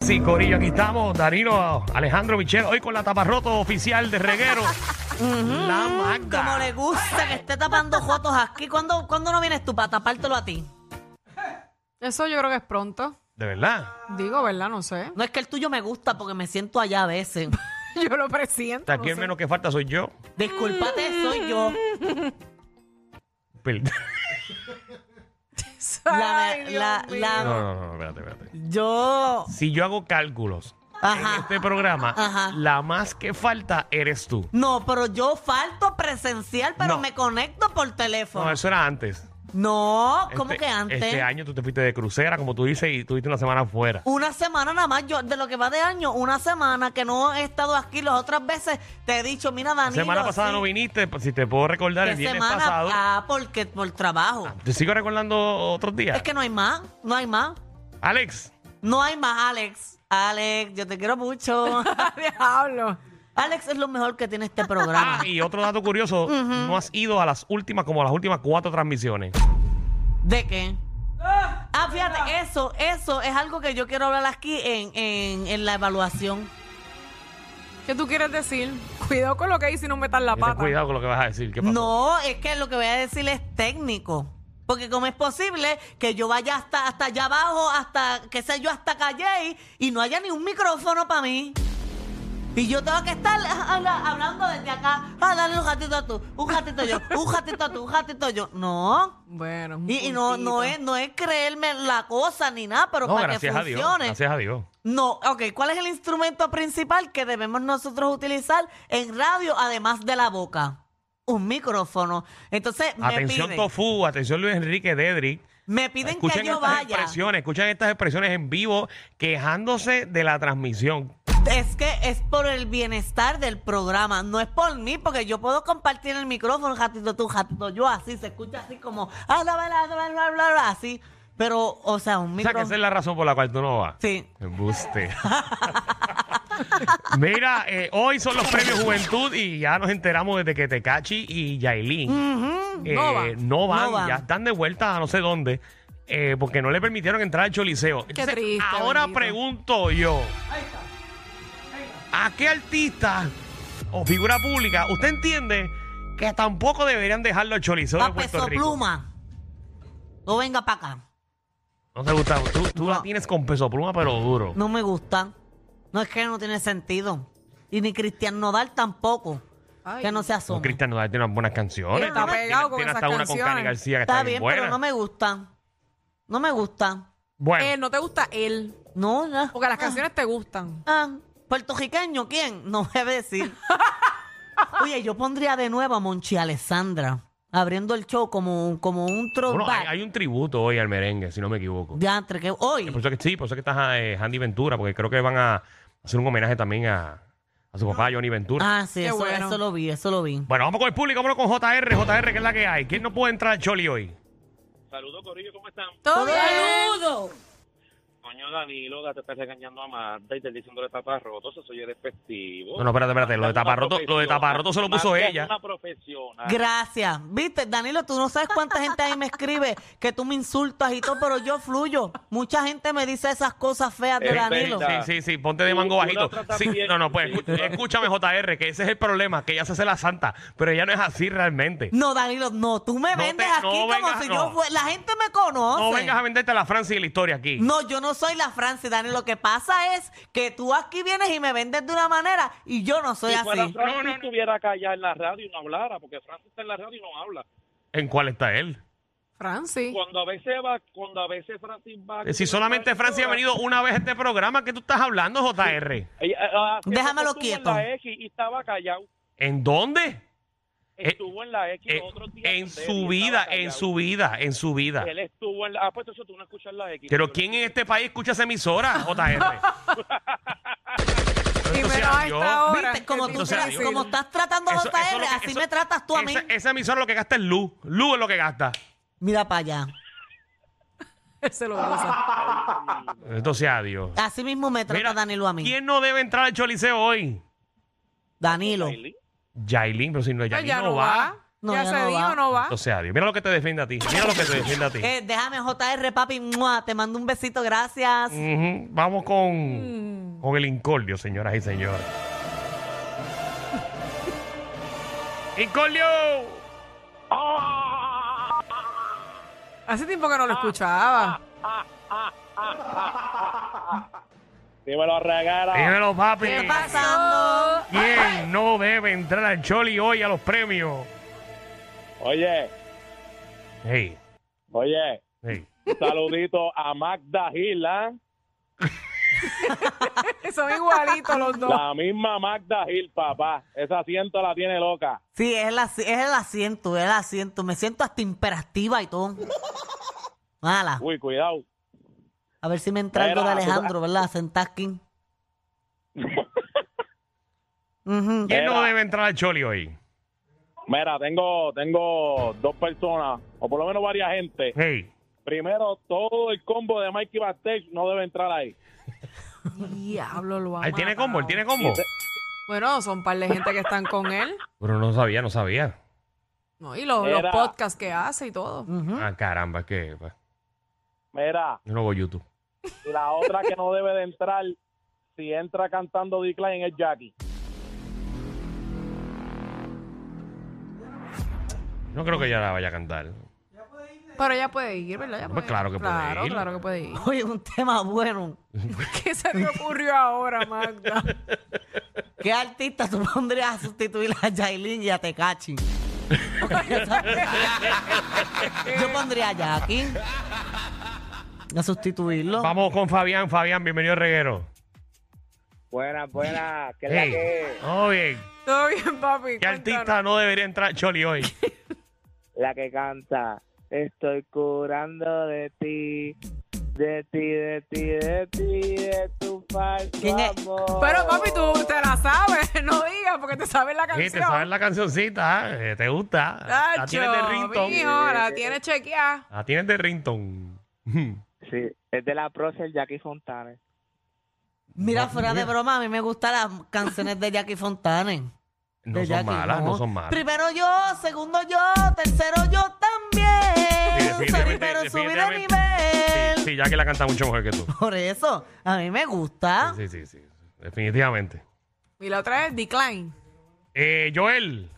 sí, Corillo, aquí estamos. Danilo, Alejandro Michel, hoy con la taparroto oficial de reguero. La Como Magda. le gusta que esté tapando fotos aquí. ¿Cuándo, cuándo no vienes tú para tapártelo a ti? Eso yo creo que es pronto. De verdad. Ah. Digo, ¿verdad? No sé. No es que el tuyo me gusta porque me siento allá a veces. Yo lo presiento. Hasta aquí el menos que falta soy yo. Discúlpate, soy yo. Perd- La- Ay, Dios la- No, mío. la- no, no, no, espérate, espérate. Yo. Si yo hago cálculos en Ajá. este programa, Ajá. la más que falta eres tú. No, pero yo falto presencial, pero No. me conecto por No, teléfono. eso era antes. No, ¿cómo Este- que antes? Este año tú te fuiste de crucera, como tú dices, y tuviste una semana fuera. Una semana nada más, yo de lo que va de año, una semana que no he estado aquí. Las otras veces te he dicho, mira, La Danilo. semana pasada sí, no viniste, pues, si te puedo recordar, ¿qué el viernes semana? pasado. Ah, Ah, porque por trabajo. Te sigo recordando otros días. Es que no hay más, no hay más. Alex, No hay más, Alex. Alex, yo te quiero mucho. Diablo. Alex es lo mejor que tiene este ah, programa. y otro dato curioso, no has ido a las últimas, como a las últimas cuatro transmisiones. ¿De qué? Ah, fíjate, eso, eso es algo que yo quiero hablar aquí en, en, en la evaluación. ¿Qué tú quieres decir? Cuidado con lo que dices y no metas la Ten pata. cuidado con lo que vas a decir. ¿Qué pasó? No, es que lo que voy a decir es técnico. Porque cómo es posible que yo vaya hasta, hasta allá abajo, hasta, qué sé yo, hasta Calle y no haya ni un micrófono para mí. Y yo tengo que estar habla- hablando desde acá. Ah, dale un gatito a tú, un gatito yo, un gatito a tú, un gatito yo. No. Bueno. un Y, y no, no, puntito. es, no es creerme la cosa ni nada, pero No, para que gracias a Dios. funcione. Gracias a Dios. No, ok, ¿cuál es el instrumento principal que debemos nosotros utilizar en radio además de la boca? Un micrófono. Entonces, me Atención piden, Tofu, atención Luis Enrique Dedrick. me piden Escuchen que yo estas vaya. expresiones, escuchen estas expresiones en vivo quejándose de la transmisión. Es que es por el bienestar del programa, no es por mí, porque yo puedo compartir el micrófono, jatito tú, jatito yo, así, se escucha así como, ah, bla, bla, bla, bla, bla, bla, así. Pero, o sea, un O sea, que micrófono. esa es la razón por la cual tú no vas. Sí. Embuste. Mira, eh, hoy son los premios Juventud y ya nos enteramos desde que Tecachi y Yailin eh, No van. no van, No van. ya están de vuelta a no sé dónde, eh, porque no le permitieron entrar al Choliseo. Entonces, triste, ahora bendito. pregunto yo, ¿a qué artista o figura pública usted entiende que tampoco deberían dejarlo al Choliseo de Va Puerto peso Rico? pluma. No venga para acá. No te gusta, tú, tú la No. tienes con peso pluma pero duro. No me gusta. No es que no tiene sentido. Y ni Cristian Nodal tampoco. Ay. Que no se No, asoma. Cristian Nodal tiene unas buenas canciones. Está Tiene- pegado tiene- con tiene esas hasta una con Cani canciones. García que está, Está bien, buena. pero no me gusta. No me gusta. Bueno, Él, no te gusta él. No, no. Porque las canciones te gustan. Ah, puertorriqueño, ¿quién? No voy a decir. Oye, yo pondría de nuevo a Monchi Alessandra abriendo el show como, como un bueno, hay, throwback. hay un tributo hoy al merengue, si no me equivoco. Ya, entre que Por hoy. eso que sí, por eso que estás eh, Andy Ventura, porque creo que van a hacer un homenaje también a, a su papá, Johnny Ventura. Ah, sí, Qué eso, bueno. eso lo vi, eso lo vi. Bueno, vamos con el público, vamos con JR, JR, que es la que hay. ¿Quién no puede entrar al Choli hoy? Saludos, Corillo, ¿cómo están? Todo bien. Coño, Danilo, que te estás engañando a Marta y te diciéndole tapas rotos, eso ya es despectivo. No, no, espérate, espérate, lo de Marta es una taparroto- lo de taparroto se lo puso Marta es ella. una Ah. profesional. Gracias. Viste, Danilo, tú no sabes cuánta gente ahí me escribe que tú me insultas y todo, pero yo fluyo. Mucha gente me dice esas cosas feas de Es Danilo. verdad. Sí, sí, sí, ponte de Tú- mango tú la bajito. tratas Sí, bien. no, no, pues Sí, tú la- escúchame, JR, que ese es el problema, que ella se hace la santa, pero ella no es así realmente. No, Danilo, no, tú me No vendes te- aquí no como vengas- si no. yo fuera. La gente me conoce. No vengas a venderte la Francia y la historia aquí. No, yo no soy la Francis, Danilo. Lo que pasa es que tú aquí vienes y me vendes de una manera y yo no soy Si fuera así. Francis estuviera callada en la radio y no hablara, porque Francis está en la radio y no habla. ¿En cuál está él? Francis. Cuando a veces va, cuando a veces Francis va... Eh, Si solamente Francia ha venido una vez a este programa, ¿qué tú estás hablando, JR? Ella, ah, ah, Déjamelo estuvo en quieto. la X y estaba callado. ¿En dónde? Eh, Estuvo en la X Eh, los otros días en con su Debbie, vida, estaba en callado. su vida, en su vida. Él estuvo en la... Ah, pues eso tú no escuchas la X. Pero ¿quién en este país escucha esa emisora, JR? Y Esto menos sea a yo. esta hora. Viste, como, Qué tú Eso sea tra- difícil. como estás tratando a Eso- eso JR, lo que- así eso- me tratas tú a mí. esa, esa emisora lo que gasta es luz. Luz es lo que gasta. Mira para allá. Él se lo goza. Esto sea Dios. Así mismo me trata Mira, Danilo a mí. ¿Quién no debe entrar al Choliseo hoy? Danilo. Yailin. Yailin, pero si no, Yailin ya no no va. va. Pues No, ya, ya se no dijo, va. no va. O sea, Dios, mira lo que te defiende a ti. Mira lo que te defiende a ti. Eh, déjame JR, papi. ¡mua! Te mando un besito, gracias. Ujú, Vamos con, Mm. Mm. con el incordio, señoras y señores. ¡Incordio! ¡Ah! Hace tiempo que no lo Ah, escuchaba. Dímelo, regala. Dímelo, papi. ¿Qué está pasando? ¿Quién no debe entrar al Choli hoy a los premios? Oye, Hey, oye, hey. un saludito a Magda Gil, ¿ah? Son igualitos los dos. La misma Magda Gil, papá. Esa asiento la tiene loca. Sí, es el, asi- es el asiento, es el asiento. Me siento hasta imperativa y todo. Mala. Uy, cuidado. A ver si me entra algo de Era, Alejandro, ¿verdad? Sentaskin. Ujú. ¿Quién no Era. debe entrar al Choli hoy? Mira, tengo, tengo dos personas, o por lo menos varias gente. Hey. Primero, todo el combo de Mikey Backstage no debe entrar ahí. Diablo, lo ha Él tiene matado. combo, él tiene combo. Bueno, son un par de gente que están con él. Pero no sabía, no sabía. No, y los, Era. los podcasts que hace y todo. Ah, caramba, es que pues, Mira, yo no voy a YouTube. y la otra que no debe de entrar, si entra cantando Decline, es Jackie. No creo que ella la vaya a cantar. Pero ella puede ir, ¿verdad? Ella No, pues puede claro que puede Claro, ir. claro que puede ir. Oye, un tema bueno. ¿Qué se te ocurrió ahora, Magda? ¿Qué artista tú pondrías a sustituir a Jailin y a Tecachi? Yo pondría a Jackie a sustituirlo. Vamos con Fabián, Fabián, bienvenido al reguero. Buenas, buenas. ¿Qué Hey. Todo bien. Todo bien, papi. ¿Qué artista no debería entrar al Choli hoy? la que canta Estoy curando de ti, de ti, de ti, de ti, de tu falso ¿Quién es? amor. Pero papi, tú te la sabes, no digas porque te sabes la Sí, canción. te sabes la cancioncita, eh, te gusta. La tienes de Tacho, Rington. mijo, la tienes chequeada. La tienes de Rington. Sí, es de la Procel Jackie Fontane. Mira, fuera de broma, a mí me gustan las canciones de Jackie Fontane. No De son Jackie, malas, no. son malas. Primero yo, segundo yo, tercero yo también. Sí, definitivamente, pero subí de definitivamente. nivel. Sí, sí, ya que la canta mucho mejor que tú. Por eso, a mí me gusta. Sí, sí, sí. Definitivamente. Y la otra es Decline. Eh, Joel.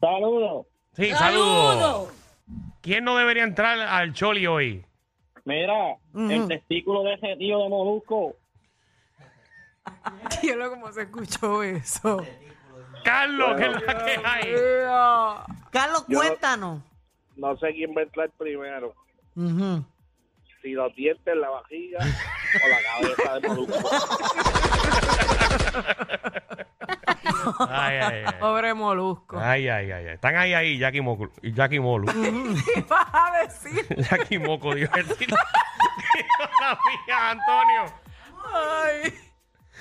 Saludos. Sí, saludos. ¿Quién no debería entrar al Choli hoy? Mira, Ujú. testículo de ese tío de Molusco. Quiero cómo se escuchó eso. Carlos, que es la que hay. Ea. Carlos, Yo no- cuéntanos. No sé quién va a entrar primero. Ujú. Si los dientes, la vajilla o la cabeza de Molusco. Ay, ay, ay. Pobre molusco. Ay, ay, ay, ay. Están ahí, ahí, Jackie Moco. y Jackie Molu. ¿Qué vas a decir? Jackie Moco, Dios mío. Mira, Antonio. Ay.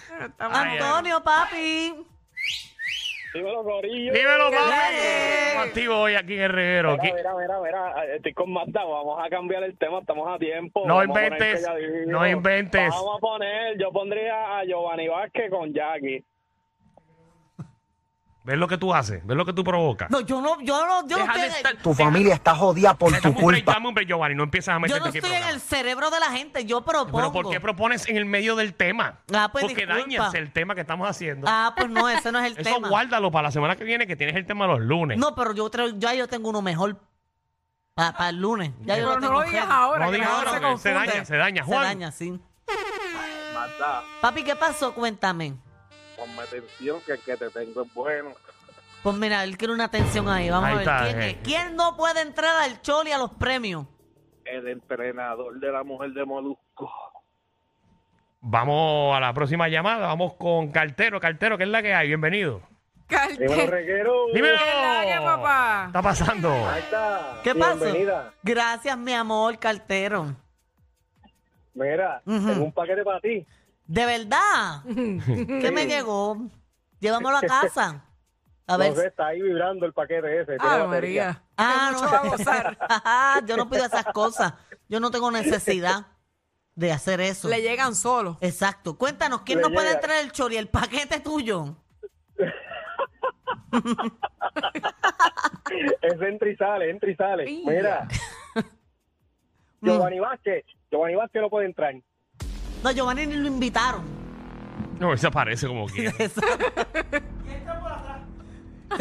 Pero está mal. ay. Antonio, papi. Dímelo, Corillo. Dímelo, papi. dale. Estamos activos hoy aquí en el reguero. Aquí- Mira, mira, mira, mira, estoy con Magda, vamos a cambiar el tema, estamos a tiempo. No Vamos a poner inventes, que ella dijo. no inventes. Vamos a poner, yo pondría a Giovanni Vázquez con Jackie. ¿Ves lo que tú haces? ¿Ves lo que tú provocas? No, yo no, yo no, yo no Deja estoy, de en el- estar- Tu familia está jodida por Dame tu un break, culpa. dame un break, Giovanni. No empiezas a yo meterte no aquí estoy en programa. el cerebro de la gente, yo propongo. Pero ¿por qué propones en el medio del tema? Ah, pues, Porque disculpa. dañas el tema que estamos haciendo. Ah, pues no, ese no es el Eso tema. guárdalo para la semana que viene, que tienes el tema los lunes. No, pero yo, tra- ya yo tengo uno mejor para el lunes. Ya yo Pero no tengo lo digas ready. ahora, No que la digas gente ahora, se que se confunde. daña, se daña. Juan, Se daña, sí. Magda, Papi, ¿qué pasó? Cuéntame. ponme atención que el que te tengo es bueno. Pues mira, él quiere una atención ahí. Vamos Ahí a ver está, quién es. eh. ¿Quién no puede entrar al Choli a los premios? El entrenador de la mujer de Molusco. vamos a la próxima llamada. Vamos con Cartero. Cartero, que es la que hay? Bienvenido. Calte. Dímelo, Reguero. Dímelo. la que, papá? está pasando? Magda, ¿Qué pasó? Bienvenida. Gracias, mi amor, cartero. Mira, Ujú. tengo un paquete para ti. ¿De verdad? ¿Qué me llegó? Llévamelo a casa. A ver. No sé, está ahí vibrando el paquete ese. tiene Ay, batería. María. Ah, Qué no. mucho va a gozar. Ah, Yo no pido esas cosas. Yo no tengo necesidad de hacer eso. Le llegan solo. Exacto. Cuéntanos, ¿quién Le no puede llega. entrar el chori? ¿El paquete tuyo? Es entra y sale, entra y sale. Ey. Mira, Mm. Giovanni Vázquez, Giovanni Vázquez no puede entrar. No, Giovanni ni lo invitaron. No, esa parece como quiera. Te-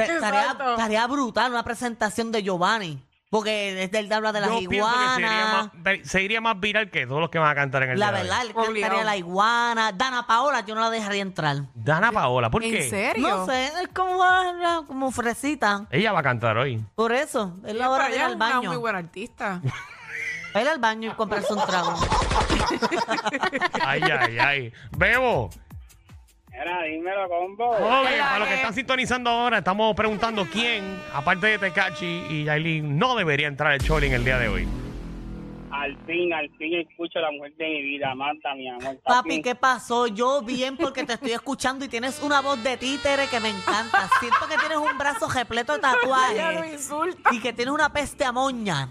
tarea, Exacto. tarea brutal, una presentación de Giovanni. Porque es del habla de las Yo pienso que se iguanas. iría, más, se iría más viral que todos los que van a cantar en el La día de hoy. verdad, él Obligado. cantaría la iguana. Dana Paola, yo no la dejaría entrar. Dana Paola, ¿por qué? ¿En serio? No sé, es como, ah, como fresita. Ella va a cantar hoy. Por eso, es Pero la hora de ir ella al es una muy baño. buena artista. Va a ir al baño y comprarse un trago. Ay, ay, ay. Bebo. Era, dímelo, combo. Obvio, Hola, para los que eh. están sintonizando ahora, estamos preguntando quién, aparte de Tecachi y Yailin, no debería entrar el Choli en el día de hoy. Al fin, al fin escucho la mujer de mi vida, Marta, mi amor. Papi, ¿qué pasó? Yo bien porque te estoy escuchando y tienes una voz de títere que me encanta. Siento que tienes un brazo repleto de Ella lo tatuajes insulta. y que tienes una peste a moña.